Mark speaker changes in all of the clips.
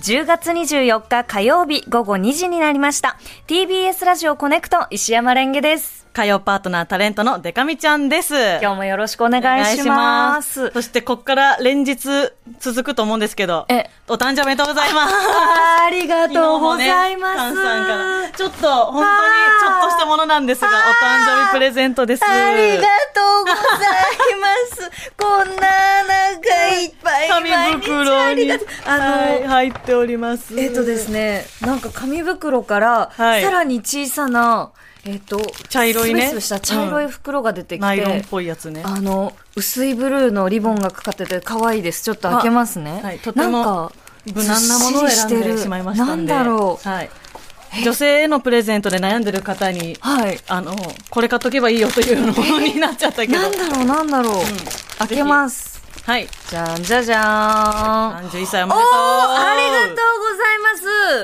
Speaker 1: 10月24日火曜日午後2時になりました TBS ラジオコネクト石山レンゲです
Speaker 2: 火曜パートナータレントのデカミちゃんです。
Speaker 1: 今日もよろしくお願いします
Speaker 2: そしてここから連日続くと思うんですけど、
Speaker 1: え
Speaker 2: お誕生日おめでとうございます。
Speaker 1: あーありがとうございます、
Speaker 2: 昨日もね菅さんからちょっと本当にちょっとしたものなんですが、お誕生日プレゼントです。
Speaker 1: ありがとうござい ます。こんな中いっぱい
Speaker 2: 紙
Speaker 1: 毎日あ
Speaker 2: 袋
Speaker 1: り
Speaker 2: に
Speaker 1: がとう。あの、
Speaker 2: はい入っております。
Speaker 1: えっ、とですね、なんか紙袋から、
Speaker 2: はい
Speaker 1: さらに小さな、えっ、と、
Speaker 2: 茶色い
Speaker 1: ス
Speaker 2: ね
Speaker 1: ベスベした茶色い袋が出てきて、
Speaker 2: ナイロンっぽいやつね。
Speaker 1: あの、薄いブルーのリボンがかかってて可愛いです。ちょっと開けますね。
Speaker 2: はいとて
Speaker 1: な
Speaker 2: も
Speaker 1: んか、
Speaker 2: 無難なものを選んでしまいましたんで。
Speaker 1: なんだろう。
Speaker 2: はい。女性へのプレゼントで悩んでる方に、
Speaker 1: はい。
Speaker 2: あの、これ買っとけばいいよというようなものになっちゃったけど。
Speaker 1: なんだろう、なんだろう。開けます。
Speaker 2: はい。
Speaker 1: じゃんじゃじゃーん。
Speaker 2: 31歳お
Speaker 1: おー
Speaker 2: めでとう。
Speaker 1: ありがとうござい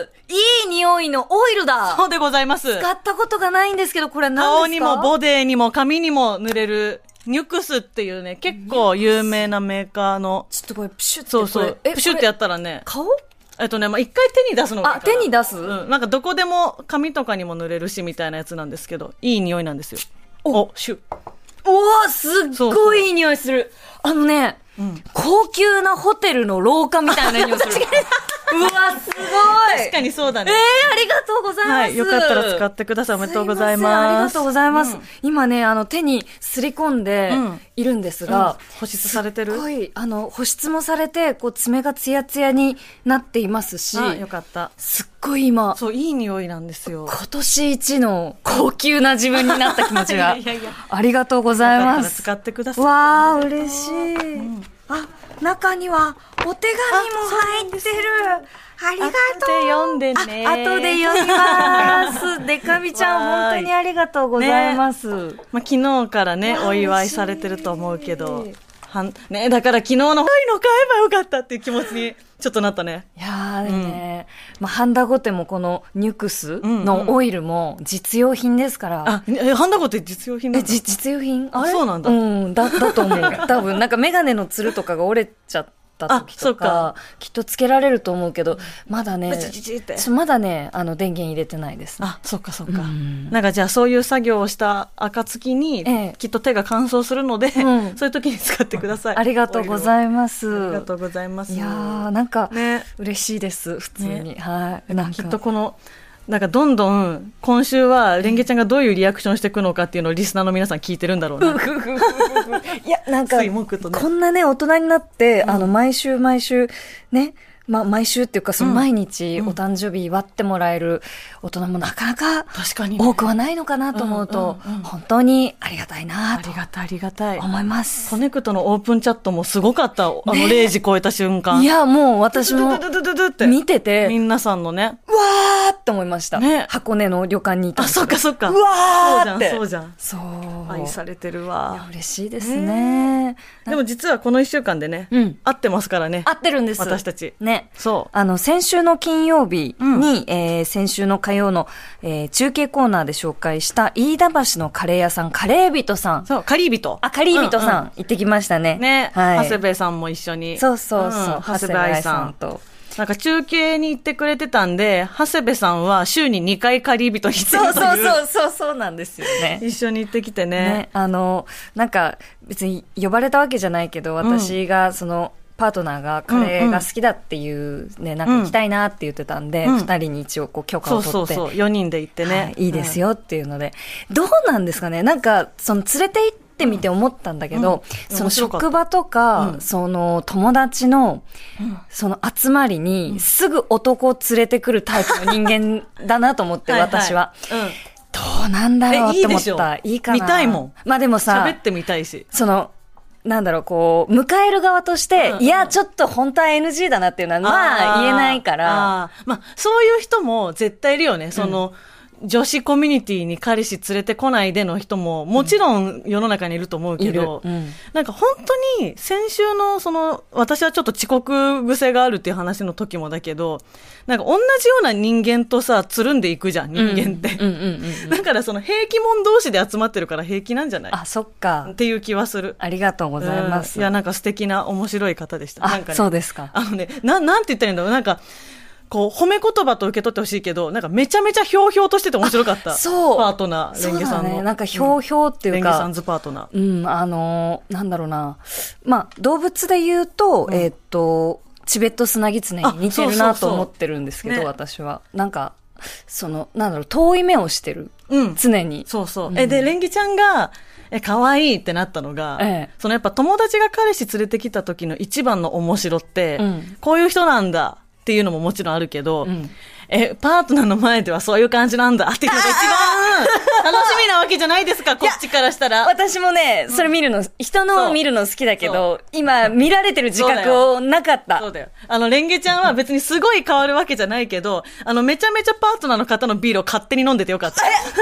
Speaker 1: ますいい匂いのオイルだ
Speaker 2: そうでございます。
Speaker 1: 買ったことがないんですけど、これ
Speaker 2: 顔
Speaker 1: 何で
Speaker 2: に
Speaker 1: すか
Speaker 2: もボディにも髪にも塗れる、ニュクスっていうね、結構有名なメーカーの、
Speaker 1: ちょっとこれプシュって。
Speaker 2: そうそ
Speaker 1: こ
Speaker 2: う、
Speaker 1: れえ
Speaker 2: プシュってや
Speaker 1: こ
Speaker 2: ったらね
Speaker 1: れ、顔
Speaker 2: えっとね、まあ、一回手に出すのがいい
Speaker 1: あ、
Speaker 2: かな
Speaker 1: 手に出す、
Speaker 2: うん、なんかどこでも髪とかにも塗れるしみたいなやつなんですけど、いい匂いなんですよ。お、シュ。
Speaker 1: おーすっ
Speaker 2: そう
Speaker 1: ご
Speaker 2: そう
Speaker 1: いいい匂いするあのね、
Speaker 2: ん
Speaker 1: 高級なホテルの廊下みたい な匂いする。うわ、すごい
Speaker 2: 確かにそうだ
Speaker 1: えー
Speaker 2: ね。、
Speaker 1: ありがとうございます。
Speaker 2: はい、よかったら使ってください。お
Speaker 1: お
Speaker 2: めでとうございます。
Speaker 1: ありがとうございます。
Speaker 2: うん
Speaker 1: 今ね、あの、手にすり込んで
Speaker 2: うん
Speaker 1: いるんです
Speaker 2: が
Speaker 1: が、
Speaker 2: 保湿されてる
Speaker 1: すっごい、あの、保湿もされて、こう、爪がツヤツヤになっていますし、
Speaker 2: あ、よかった。
Speaker 1: すっごい今、
Speaker 2: そう、いい匂いなんですよ。
Speaker 1: 今年一の高級な自分になった気持ちが
Speaker 2: いやいやいやいや、
Speaker 1: ありがとうござい
Speaker 2: だか
Speaker 1: ま
Speaker 2: ら
Speaker 1: す。
Speaker 2: 使ってください。
Speaker 1: わあ、嬉しい。あ、中にはお手紙も入ってる。ありがとう。
Speaker 2: 後で読んでね
Speaker 1: あ後で読み ます。でかみちゃん、
Speaker 2: わーい
Speaker 1: 本当にありがとうございます。
Speaker 2: まあ、昨日からね、
Speaker 1: わあ
Speaker 2: お祝いされてると思うけど
Speaker 1: 嬉しい、
Speaker 2: はんね、だから昨日の、いの買えばよかったっていう気持ちに、ちょっとなったね。
Speaker 1: いやーね、まあ、ハンダゴテもこのニュクス
Speaker 2: んうん
Speaker 1: のオイルも実用品ですから。
Speaker 2: あ、え、ハンダゴって実用品な
Speaker 1: え、
Speaker 2: んだ
Speaker 1: じ、実用品あれ
Speaker 2: そうなんだ
Speaker 1: うん、だ、だと思 う。多分、なんかメガネのつるとかが折れちゃった時
Speaker 2: あそ
Speaker 1: と
Speaker 2: う
Speaker 1: か、
Speaker 2: か
Speaker 1: きっとつけられると思うけど、まだね、
Speaker 2: ブチブチブチって
Speaker 1: ちょまだね、あの、電源入れてないです、ね。
Speaker 2: あ、そっかそっか。
Speaker 1: ん
Speaker 2: なんかじゃあそういう作業をした暁に、
Speaker 1: ええ
Speaker 2: きっと手が乾燥するので、
Speaker 1: ん
Speaker 2: そういう時に使ってください。
Speaker 1: ありがとうご
Speaker 2: い
Speaker 1: ざいます。
Speaker 2: ありがとうございます。
Speaker 1: いやー、なんか、
Speaker 2: ね。
Speaker 1: 嬉しいです、普通に。
Speaker 2: ね
Speaker 1: はい。なん
Speaker 2: き
Speaker 1: か
Speaker 2: っとこの、なんかどんどん今週はレンゲちゃんがどういうリアクションしていくのかっていうのをリスナーの皆さん聞いてるんだろう
Speaker 1: うふ
Speaker 2: な。
Speaker 1: ふふふいや、なんか、
Speaker 2: 水木とね
Speaker 1: こんなね、大人になって、あの、毎週毎週、ね、まあ、毎週っていうか、その毎日、お誕生日祝ってもらえる大人もなかなか、
Speaker 2: 確かにね、
Speaker 1: 多くはないのかなと思うと、
Speaker 2: うんうんうん
Speaker 1: 本当にありがたいな
Speaker 2: あ
Speaker 1: と
Speaker 2: りがたい、ありがたい。
Speaker 1: 思います
Speaker 2: コ。ネクトのオープンチャットもすごかった。あの
Speaker 1: ね
Speaker 2: 0時超えた瞬間。
Speaker 1: いや、もう私も
Speaker 2: ドゥドゥドゥドゥドゥって。
Speaker 1: 見てて、
Speaker 2: みんなさんのね。
Speaker 1: わーって思いました。
Speaker 2: ね
Speaker 1: 箱根の旅館にいた
Speaker 2: あ、
Speaker 1: んです
Speaker 2: そっかそっか。
Speaker 1: うわーって。
Speaker 2: そうじゃん、
Speaker 1: そう
Speaker 2: そうじゃん。愛されてるわ
Speaker 1: いや。嬉しいですね。
Speaker 2: でも実はこの一週間でね、
Speaker 1: うん
Speaker 2: 会ってますからね。
Speaker 1: 合ってるんです。
Speaker 2: 私たち。
Speaker 1: ね。
Speaker 2: そう。
Speaker 1: あの、先週の金曜日に、
Speaker 2: うん
Speaker 1: えー先週の火曜の、えー中継コーナーで紹介した、飯田橋のカレー屋さん、カレー人さん。
Speaker 2: そう、カリービト。
Speaker 1: あ、カリー人さん、
Speaker 2: う
Speaker 1: 行ってきましたね。
Speaker 2: ね、
Speaker 1: はい。
Speaker 2: 長谷部さんも一緒に。
Speaker 1: そうそうそう。
Speaker 2: ん長谷部愛さん。
Speaker 1: と。
Speaker 2: なんか中継に行ってくれてたんで、長谷部さんは週に2回仮人に行って
Speaker 1: そう
Speaker 2: る
Speaker 1: そう
Speaker 2: という
Speaker 1: そうそうそうなんですよね。
Speaker 2: 一緒に行ってきてね
Speaker 1: ね、。あの、なんか別に呼ばれたわけじゃないけど、私がその、パートナーがカレーが好きだっていうね、なんか行きたいなって言ってたんで、
Speaker 2: うん
Speaker 1: 二、人に一応こう許可
Speaker 2: そ
Speaker 1: を
Speaker 2: うそ
Speaker 1: 取っ
Speaker 2: う
Speaker 1: て、
Speaker 2: そう。4人で行って
Speaker 1: は
Speaker 2: ね
Speaker 1: い。いいですよっていうので、どうなんですかねなんか、その連れて行ってみて思ったんだけど、
Speaker 2: うん
Speaker 1: その
Speaker 2: 面白かった
Speaker 1: 職場とか、
Speaker 2: うん
Speaker 1: その友達の、その集まりに、すぐ男を連れてくるタイプの人間だなと思って、
Speaker 2: うん。いい
Speaker 1: 私は。。
Speaker 2: うん。
Speaker 1: どうなんだろうって思っ
Speaker 2: え
Speaker 1: た。
Speaker 2: いい
Speaker 1: い
Speaker 2: でしょ
Speaker 1: いかな。
Speaker 2: 見たいもん
Speaker 1: まあでもさ
Speaker 2: 喋、ってみたいし。
Speaker 1: その、なんだろう、こう、迎える側として、
Speaker 2: うん
Speaker 1: いや、ちょっと本当は NG だなっていうのは、まあ
Speaker 2: ー
Speaker 1: 言えないから、。
Speaker 2: あーまあ、そういう人も絶対いるよね。その、女子コミュニティに彼氏連れてこないでの人も、もちろん世の中にいると思う
Speaker 1: い
Speaker 2: け
Speaker 1: る
Speaker 2: ど、。
Speaker 1: うん
Speaker 2: なんか本当に先週のその私はちょっと遅刻癖があるっていう話の時もだけどなんか同じような人間とさつるんでいくじゃん人間って、
Speaker 1: うんうんうんうん。
Speaker 2: だからその平気者同士で集まってるから平気なんじゃない
Speaker 1: あ、そっか
Speaker 2: っ。ていう気はする
Speaker 1: ありがとうございます。
Speaker 2: うんいやなんか素敵な面白い方でした
Speaker 1: あ
Speaker 2: なんか、ね、
Speaker 1: そうですか。
Speaker 2: あのねななんて言ったらいいんだろうなんかこう、褒め言葉と受け取ってほしいけど、なんかめちゃめちゃひょうひょうとしてて面白かった。
Speaker 1: そう
Speaker 2: パートナー、
Speaker 1: そ
Speaker 2: レン
Speaker 1: う
Speaker 2: ゲ
Speaker 1: だ
Speaker 2: さんの。
Speaker 1: ね。なんか、ひょうひょうって
Speaker 2: レ
Speaker 1: い
Speaker 2: ン
Speaker 1: う
Speaker 2: ゲさ
Speaker 1: か
Speaker 2: ん、ズパートナー。
Speaker 1: うん、あのーなんだろうな。まあ、動物で言うと、
Speaker 2: うん
Speaker 1: えーっと、チベットスナギツネに似て
Speaker 2: あそう
Speaker 1: る
Speaker 2: そう
Speaker 1: な
Speaker 2: そう
Speaker 1: と思ってるんですけど、
Speaker 2: ね
Speaker 1: 私は。なんか、その、なんだろう、遠い目をしてる。
Speaker 2: うん。
Speaker 1: 常に。
Speaker 2: そうそう。
Speaker 1: うん
Speaker 2: え、で、レンギちゃんが、え、可愛いってなったのが、
Speaker 1: ええ
Speaker 2: そのやっぱ友達が彼氏連れてきた時の一番の面白って、
Speaker 1: うん
Speaker 2: こういう人なんだっていうのももちろんあるけど、
Speaker 1: うん
Speaker 2: え、パートナーの前ではそういう感じなんだっていうのが一 番楽しみなわけじゃないですか、こっちからしたら。
Speaker 1: 私もね、それ見るの、人のを見るの好きだけど、今、見られてる自覚をなかっ
Speaker 2: そう
Speaker 1: た。
Speaker 2: だよ。あの、レンゲちゃんは別にすごい変わるわけじゃないけど、あの、めちゃめちゃパートナーの方のビールを勝手に飲んでてよかった。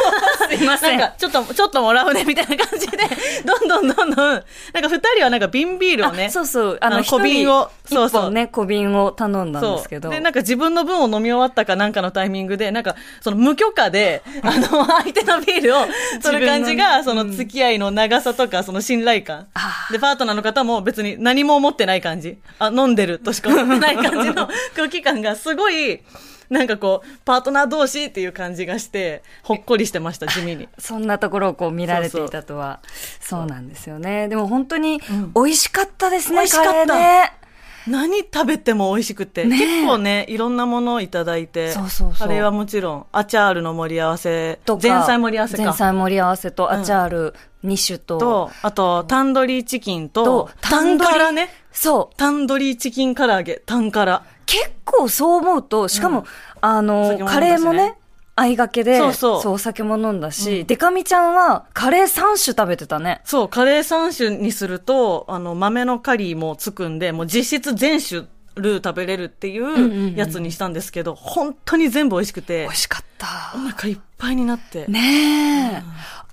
Speaker 1: すいません。
Speaker 2: なんか、ちょっと、ちょっともらうね、みたいな感じで、 どんどんどんどん、なんか二人はなんか瓶ビールをね、
Speaker 1: あそうそう。あ
Speaker 2: あ
Speaker 1: の、
Speaker 2: の
Speaker 1: 一人
Speaker 2: 小瓶をそう
Speaker 1: 一
Speaker 2: そう
Speaker 1: 本ね、小瓶を頼んだん
Speaker 2: そう
Speaker 1: ですけど。
Speaker 2: で、なんか自分の分を飲み終わったかなんかのタイミングで、なんか、その無許可で、あの、相手のビー ルを取る感じが、その付き合いの長さとか、その信頼感。
Speaker 1: あ
Speaker 2: で、パートナーの方も別に何も思ってない感じ。あ、飲んでるとしか思ってない感じ の空気感がすごい、なんかこう、パートナー同士っていう感じがして、ほっこりしてました、地 味に。
Speaker 1: そんなところをこう見られていたとは。そうなんですよね。でも本当に美味しかったですね、
Speaker 2: 美味しかった
Speaker 1: カレーね。
Speaker 2: 何食べても美味しくて、
Speaker 1: ねえ
Speaker 2: 結構ねいろんなものをいただいて
Speaker 1: そうそうそう
Speaker 2: あれはもちろんアチャールの盛り合わせ
Speaker 1: とか
Speaker 2: 前菜盛り合わせ
Speaker 1: 前
Speaker 2: か
Speaker 1: 菜盛り合わせと、アチャール2種と、
Speaker 2: とあとタンドリーチキンと
Speaker 1: と
Speaker 2: タンカラね
Speaker 1: そう。
Speaker 2: タンドリーチキン唐揚げタンカラ
Speaker 1: 結構そう思うと、しかも、あ
Speaker 2: お
Speaker 1: の、
Speaker 2: 酒も飲んだし
Speaker 1: カレ
Speaker 2: ね
Speaker 1: ーもね、相掛けで、
Speaker 2: そうそう
Speaker 1: お酒も飲んだし、デカミちゃんはカレー3種食べてたね。
Speaker 2: そうカレー3種にするとあの豆のカリーもつくんでもう実質全種ルー食べれるってい
Speaker 1: んうんう
Speaker 2: うんやつにしたんですけど、本当に全部美味しくて
Speaker 1: 美味しかった
Speaker 2: お。腹いっぱいになって、
Speaker 1: ねえ、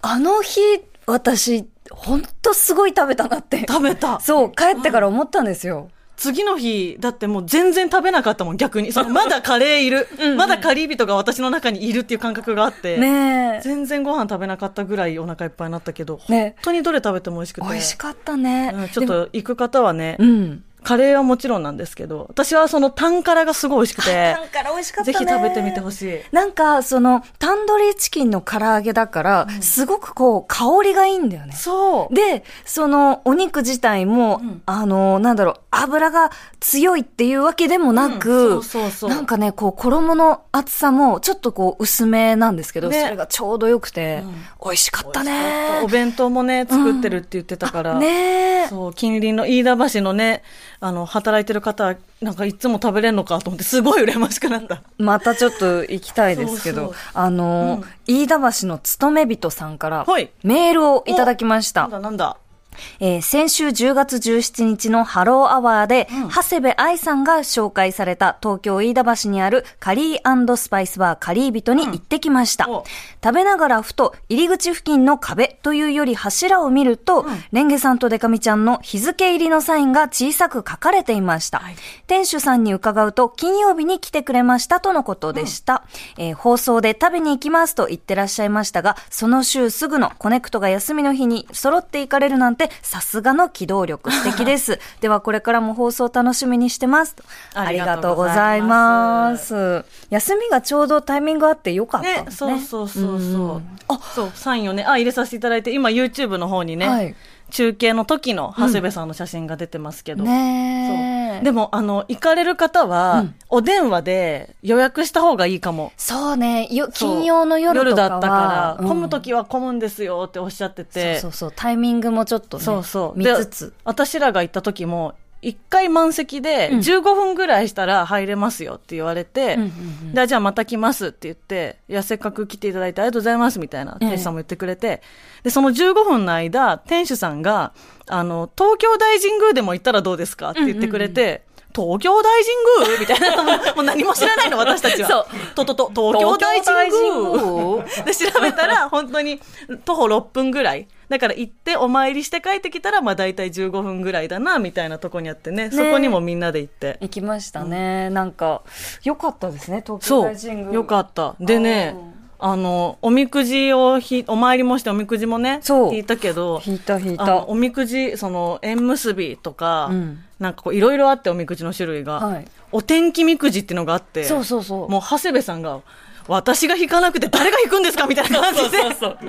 Speaker 1: あの日、私、ほんとすごい食べたなって。
Speaker 2: 食べた
Speaker 1: そう、帰ってから思ったんですよ。
Speaker 2: 次の日、だってもう全然食べなかったもん、逆に。そのまだカレーいる。まだカリビとが私の中にいるっていう感覚があって。
Speaker 1: ねえ。
Speaker 2: 全然ご飯食べなかったぐらいお腹いっぱいになったけど、
Speaker 1: ね
Speaker 2: 本当にどれ食べても美味しくて。
Speaker 1: 美味しかったね。
Speaker 2: うんちょっ
Speaker 1: でも、
Speaker 2: と行く方はね、
Speaker 1: うん。
Speaker 2: カレーはもちろんなんですけど、私はそのタンカラがすごい美味しくて、
Speaker 1: なんから美味しかった
Speaker 2: ぜ
Speaker 1: ね。
Speaker 2: ひ食べてみてほしい。
Speaker 1: なんか、その、タンドリーチキンの唐揚げだから、すごくこう、香りがいいんだよね。
Speaker 2: そう。
Speaker 1: で、その、お肉自体も、
Speaker 2: ん
Speaker 1: あの、なんだろう、油が強いっていうわけでもなく、
Speaker 2: うんそうそうそう
Speaker 1: なんかね、こう、衣の厚さも、ちょっとこう、薄めなんですけど、
Speaker 2: ね
Speaker 1: それがちょうど良くて、
Speaker 2: うん
Speaker 1: 美味しかった
Speaker 2: お
Speaker 1: ね。
Speaker 2: 弁当もね、作ってるって言ってたから。
Speaker 1: ねえ。
Speaker 2: そう、近隣の飯田橋のね、あの、働いてる方は、なんかいつも食べれるのかと思って、すごい羨ましくなった。
Speaker 1: またちょっと行きたいですけど、
Speaker 2: そうそう
Speaker 1: あの、飯田橋の勤め人さんから
Speaker 2: はい、
Speaker 1: メールをいただきまし
Speaker 2: な
Speaker 1: た
Speaker 2: ん。だなんだ。
Speaker 1: えー先週10月17日のハローアワーで、長谷部愛さんが紹介された東京飯田橋にあるカリースパイスバーカリービトに行ってきました。
Speaker 2: うんお
Speaker 1: 食べながらふと入り口付近の壁というより柱を見ると、レンゲさんとデカミちゃんの日付入りのサインが小さく書かれていました。
Speaker 2: はい
Speaker 1: 店主さんに伺うと金曜日に来てくれましたとのことでした、えー放送で食べに行きますと言ってらっしゃいましたがその週すぐのコネクトが休みの日に揃って行かれるなんてさすがの機動力素敵です ではこれからも放送楽しみにしてますと
Speaker 2: あ
Speaker 1: あ
Speaker 2: り
Speaker 1: りが
Speaker 2: がと
Speaker 1: と
Speaker 2: う
Speaker 1: う
Speaker 2: ご
Speaker 1: ご
Speaker 2: ざ
Speaker 1: ざ
Speaker 2: い
Speaker 1: い
Speaker 2: ま
Speaker 1: ます休みがちょうどタイミングあってよかった
Speaker 2: ね、そうそうそうそう。あ、そう、サインをね、あ、入れさせていただいて、今 YouTube の方にね、
Speaker 1: はい
Speaker 2: 中継の時の長谷部さんの写真が出てますけど。
Speaker 1: ね
Speaker 2: そ
Speaker 1: え
Speaker 2: うでも、あの、行かれる方は、お電話で予約した方がいいかも。
Speaker 1: そうねよ
Speaker 2: そう
Speaker 1: 金曜の夜とかは
Speaker 2: だったから、
Speaker 1: うん
Speaker 2: 混む時は混むんですよっておっしゃってて。
Speaker 1: そうそうそうタイミングもちょっとね
Speaker 2: そうそう。
Speaker 1: 見
Speaker 2: で
Speaker 1: つつ
Speaker 2: 私らが行った時も、一回満席で、
Speaker 1: うん
Speaker 2: 15分ぐらいしたら入れますよって言われて、
Speaker 1: うんうんうん
Speaker 2: で、じゃあまた来ますって言って、いや、せっかく来ていただいてありがとうございますみたいな、
Speaker 1: ええ
Speaker 2: 店主さんも言ってくれて、で、その15分の間、店主さんが、あの、東京大神宮でも行ったらどうですかって言ってくれて、東京大神宮みたいな、 もうもう何も知らないの、私たちは。
Speaker 1: そう。
Speaker 2: ととと、東京大神宮。で、調べたら、本当に、徒歩6分ぐらい。だから行って、お参りして帰ってきたら、まあ大体15分ぐらいだな、みたいなとこにあってね。そこにもみんなで行って。
Speaker 1: 行きましたね、なんか良かったですね東
Speaker 2: そ
Speaker 1: 京
Speaker 2: う
Speaker 1: 大神宮。
Speaker 2: よかった。でね
Speaker 1: うん、
Speaker 2: あの、おみくじをひ、お参りもしておみくじもね、
Speaker 1: そう
Speaker 2: 引いたけど、
Speaker 1: 引いた引い
Speaker 2: あ
Speaker 1: た
Speaker 2: のお。みくじ、その、縁結びとか、
Speaker 1: うん
Speaker 2: なんかこう、いろいろあって、おみくじの種類が、
Speaker 1: はい
Speaker 2: お天気みくじっていうのがあって、
Speaker 1: そうそうそう。
Speaker 2: もう、長谷部さんが、私が引かなくて誰が引くんですかみたいな感じで、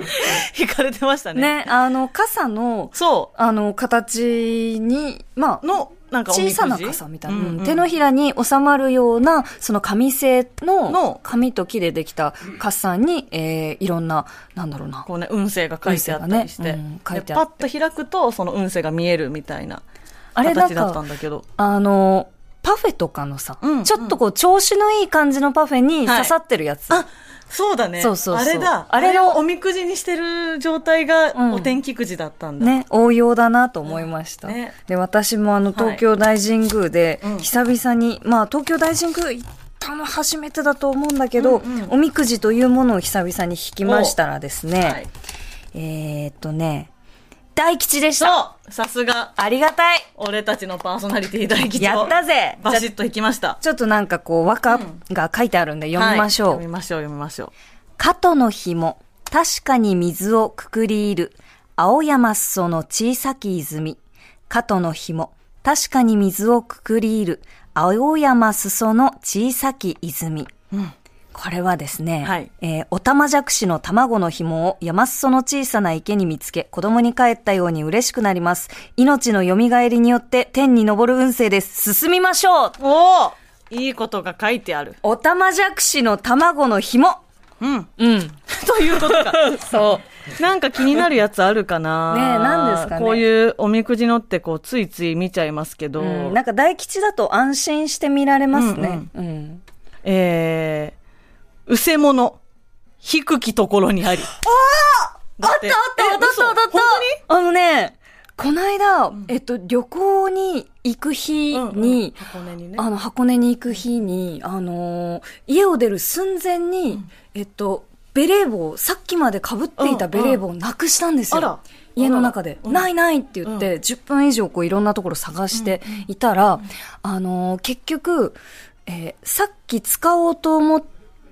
Speaker 2: 引かれてましたね。
Speaker 1: ね、あの、傘の、
Speaker 2: そ
Speaker 1: あの、形に、ま
Speaker 2: う。
Speaker 1: あ、
Speaker 2: の、なんかおみく
Speaker 1: 小
Speaker 2: じ、
Speaker 1: さな傘みたいな、
Speaker 2: うんうん
Speaker 1: うん手のひらに収まるような、その紙製の
Speaker 2: の、
Speaker 1: 紙と木でできた傘に、えーいろんな、なんだろうな。
Speaker 2: こうね、運勢が書いてあったりして、
Speaker 1: 運勢がねうん書いて
Speaker 2: で
Speaker 1: あ
Speaker 2: パ
Speaker 1: っ
Speaker 2: ッと開くと、その運勢が見えるみたいな
Speaker 1: あれなん
Speaker 2: 形だった
Speaker 1: か
Speaker 2: ん、だけど。
Speaker 1: あの、パフェとかのさ、
Speaker 2: うん
Speaker 1: ちょっとこう、調子のいい感じのパフェに
Speaker 2: はい
Speaker 1: 刺さってるやつ。
Speaker 2: あそうだね。
Speaker 1: そうそうそう
Speaker 2: あれだ。
Speaker 1: あ
Speaker 2: あ
Speaker 1: れ
Speaker 2: れ
Speaker 1: の
Speaker 2: をおみくじにしてる状態が
Speaker 1: うん
Speaker 2: お天気くじだったんだ。
Speaker 1: ね、応用だなと思いました。
Speaker 2: うんね
Speaker 1: で、私もあの、東京大神宮で
Speaker 2: うん、
Speaker 1: 久々に、まあ、東京大神宮行ったの初めてだと思うんだけど、
Speaker 2: うんうん
Speaker 1: おみくじというものを久々に引きましたらですね、
Speaker 2: はい。
Speaker 1: えー、っとね、大吉でした。
Speaker 2: そうさすが、
Speaker 1: ありがたい。
Speaker 2: 俺たちのパーソナリティ大吉を
Speaker 1: やったぜ
Speaker 2: バシッといきました。
Speaker 1: ちょっとなんかこう、和歌が書いてあるんで読みましょう。
Speaker 2: はい読みましょう、読みましょ
Speaker 1: 鳩の紐、確かに水をくくりいる、青山裾の小さき泉。鳩の紐、確かに水をくくりいる、青山裾の小さき泉。
Speaker 2: う。うん。
Speaker 1: これはですね、
Speaker 2: はい
Speaker 1: えーおたまじゃくしの卵の紐を山裾の小さな池に見つけ、子供に帰ったように嬉しくなります。命の蘇りによって天に昇る運勢です。進みましょう
Speaker 2: おおいいことが書いてある。
Speaker 1: おたまじゃくしの卵の紐。
Speaker 2: うん。
Speaker 1: うん。
Speaker 2: ということか。
Speaker 1: そう。
Speaker 2: なんか気になるやつあるかな
Speaker 1: ねえ何ですかね
Speaker 2: こういうおみくじのって、こう、ついつい見ちゃいますけど、
Speaker 1: うん、なんか大吉だと安心して見られますね。うん、
Speaker 2: えー、うせもの、低きところにあり。あああった
Speaker 1: あったあったあったあった
Speaker 2: 本
Speaker 1: あのね、この間、えっと、旅行に行く日
Speaker 2: 当
Speaker 1: に、
Speaker 2: に箱根にね
Speaker 1: あの、箱根に行く日に、あのー家を出る寸前に、えっと、ベレー帽、さっきまで被っていたベレー帽をなくしたんですよ。
Speaker 2: あら
Speaker 1: 家の中で、
Speaker 2: うん
Speaker 1: ないないって言って、10分以上こういろんなところ探していたら、あのー結局、えーさっき使おうと思っ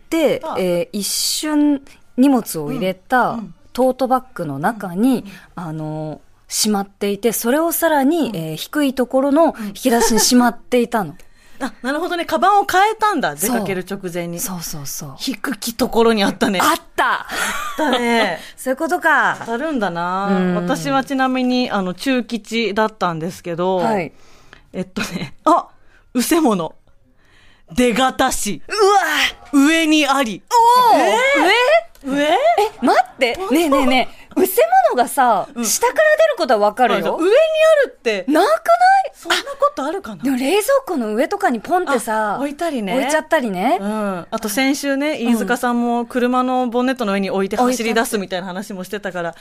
Speaker 1: て
Speaker 2: あ、
Speaker 1: えー一瞬荷物を入れたトートバッグの中に、あのーしまっていて、それをさらに、えー低いところの引き出しにしまっていたの。
Speaker 2: あ、なるほどね。カバンを変えたんだ。
Speaker 1: そ
Speaker 2: 出
Speaker 1: う
Speaker 2: かける直前に。
Speaker 1: そうそうそう。
Speaker 2: 低きところにあったね。
Speaker 1: あった
Speaker 2: たね。
Speaker 1: そういうことか。
Speaker 2: あるんだ
Speaker 1: うん
Speaker 2: な私はちなみに、あの、中吉だったんですけど、
Speaker 1: はい。
Speaker 2: えっとね、あうせもの、出方し、
Speaker 1: うわ
Speaker 2: 上にあり。
Speaker 1: おおえ
Speaker 2: 上
Speaker 1: え待ってねえねえねえ、うせものがさ、下から出ることはわかるよ
Speaker 2: 上。にあるって、
Speaker 1: なくない
Speaker 2: そんなことあるかな
Speaker 1: でも冷蔵庫の上とかにポンってさ、
Speaker 2: あ置いたりね
Speaker 1: 置いちゃったりね
Speaker 2: う。ん、あと先週ね、飯塚さんも車のボンネットの上に置いて走り出すみたいな話もしてたから、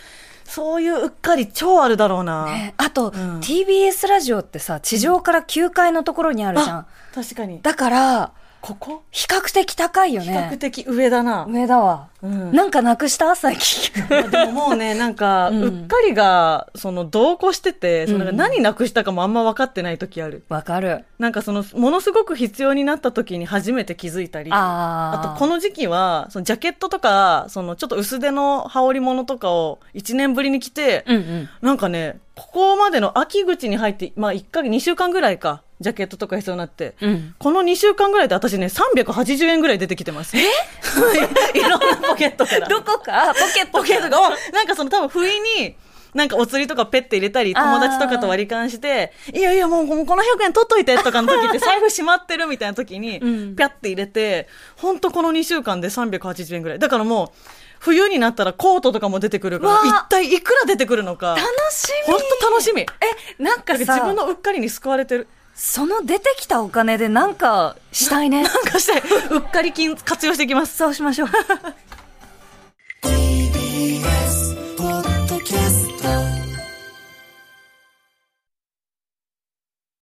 Speaker 2: そういううっかり超あるだろうな。
Speaker 1: ねあと、
Speaker 2: ん
Speaker 1: TBS ラジオってさ、地上から9階のところにあるじゃん
Speaker 2: あ。確かに。
Speaker 1: だから、
Speaker 2: ここ
Speaker 1: 比較的高いよ
Speaker 2: 比較
Speaker 1: ね。
Speaker 2: 的上だな。
Speaker 1: 上だわ。
Speaker 2: うん
Speaker 1: なんかなくした最近。
Speaker 2: まあでももうね、なんか、
Speaker 1: ん
Speaker 2: うっかりが、その、同行してて、その
Speaker 1: うん
Speaker 2: 何なくしたかもあんま分かってない時ある。
Speaker 1: わかる。
Speaker 2: なんかその、ものすごく必要になった時に初めて気づいたり。
Speaker 1: あ
Speaker 2: あ
Speaker 1: ー
Speaker 2: と、この時期は、そのジャケットとか、その、ちょっと薄手の羽織物とかを1年ぶりに着て、
Speaker 1: うんうん。
Speaker 2: なんかね、ここまでの秋口に入って、まあ1ヶ月、2週間ぐらいか、ジャケットとか必要になって。
Speaker 1: うん。
Speaker 2: この2週間ぐらいで私ね、380円ぐ らい出てきてます。えいろんなポケットから。
Speaker 1: どこかポケット
Speaker 2: ポケットが、おなんかその多分不意に、なんかお釣りとかペッて入れたり、
Speaker 1: あー
Speaker 2: 友達とかと割り勘して、いやいやもうもうこの100円取っといてとかの 時って財布閉まってるみたいな時に、ぴ
Speaker 1: うん
Speaker 2: ゃって入れて、ほんとこの2週間で380円ぐらい。だからもう、冬になったらコートとかも出てくるか
Speaker 1: わ
Speaker 2: ら、
Speaker 1: あ
Speaker 2: 一体いくら出てくるのか。
Speaker 1: 楽しみ
Speaker 2: ほんと楽しみ。
Speaker 1: えなんか
Speaker 2: なんか
Speaker 1: さ
Speaker 2: 自分のうっかりに救われてる。
Speaker 1: その出てきたお金でなんかしたいね
Speaker 2: なんかして、うっかり金活用していきます。
Speaker 1: そうしましょう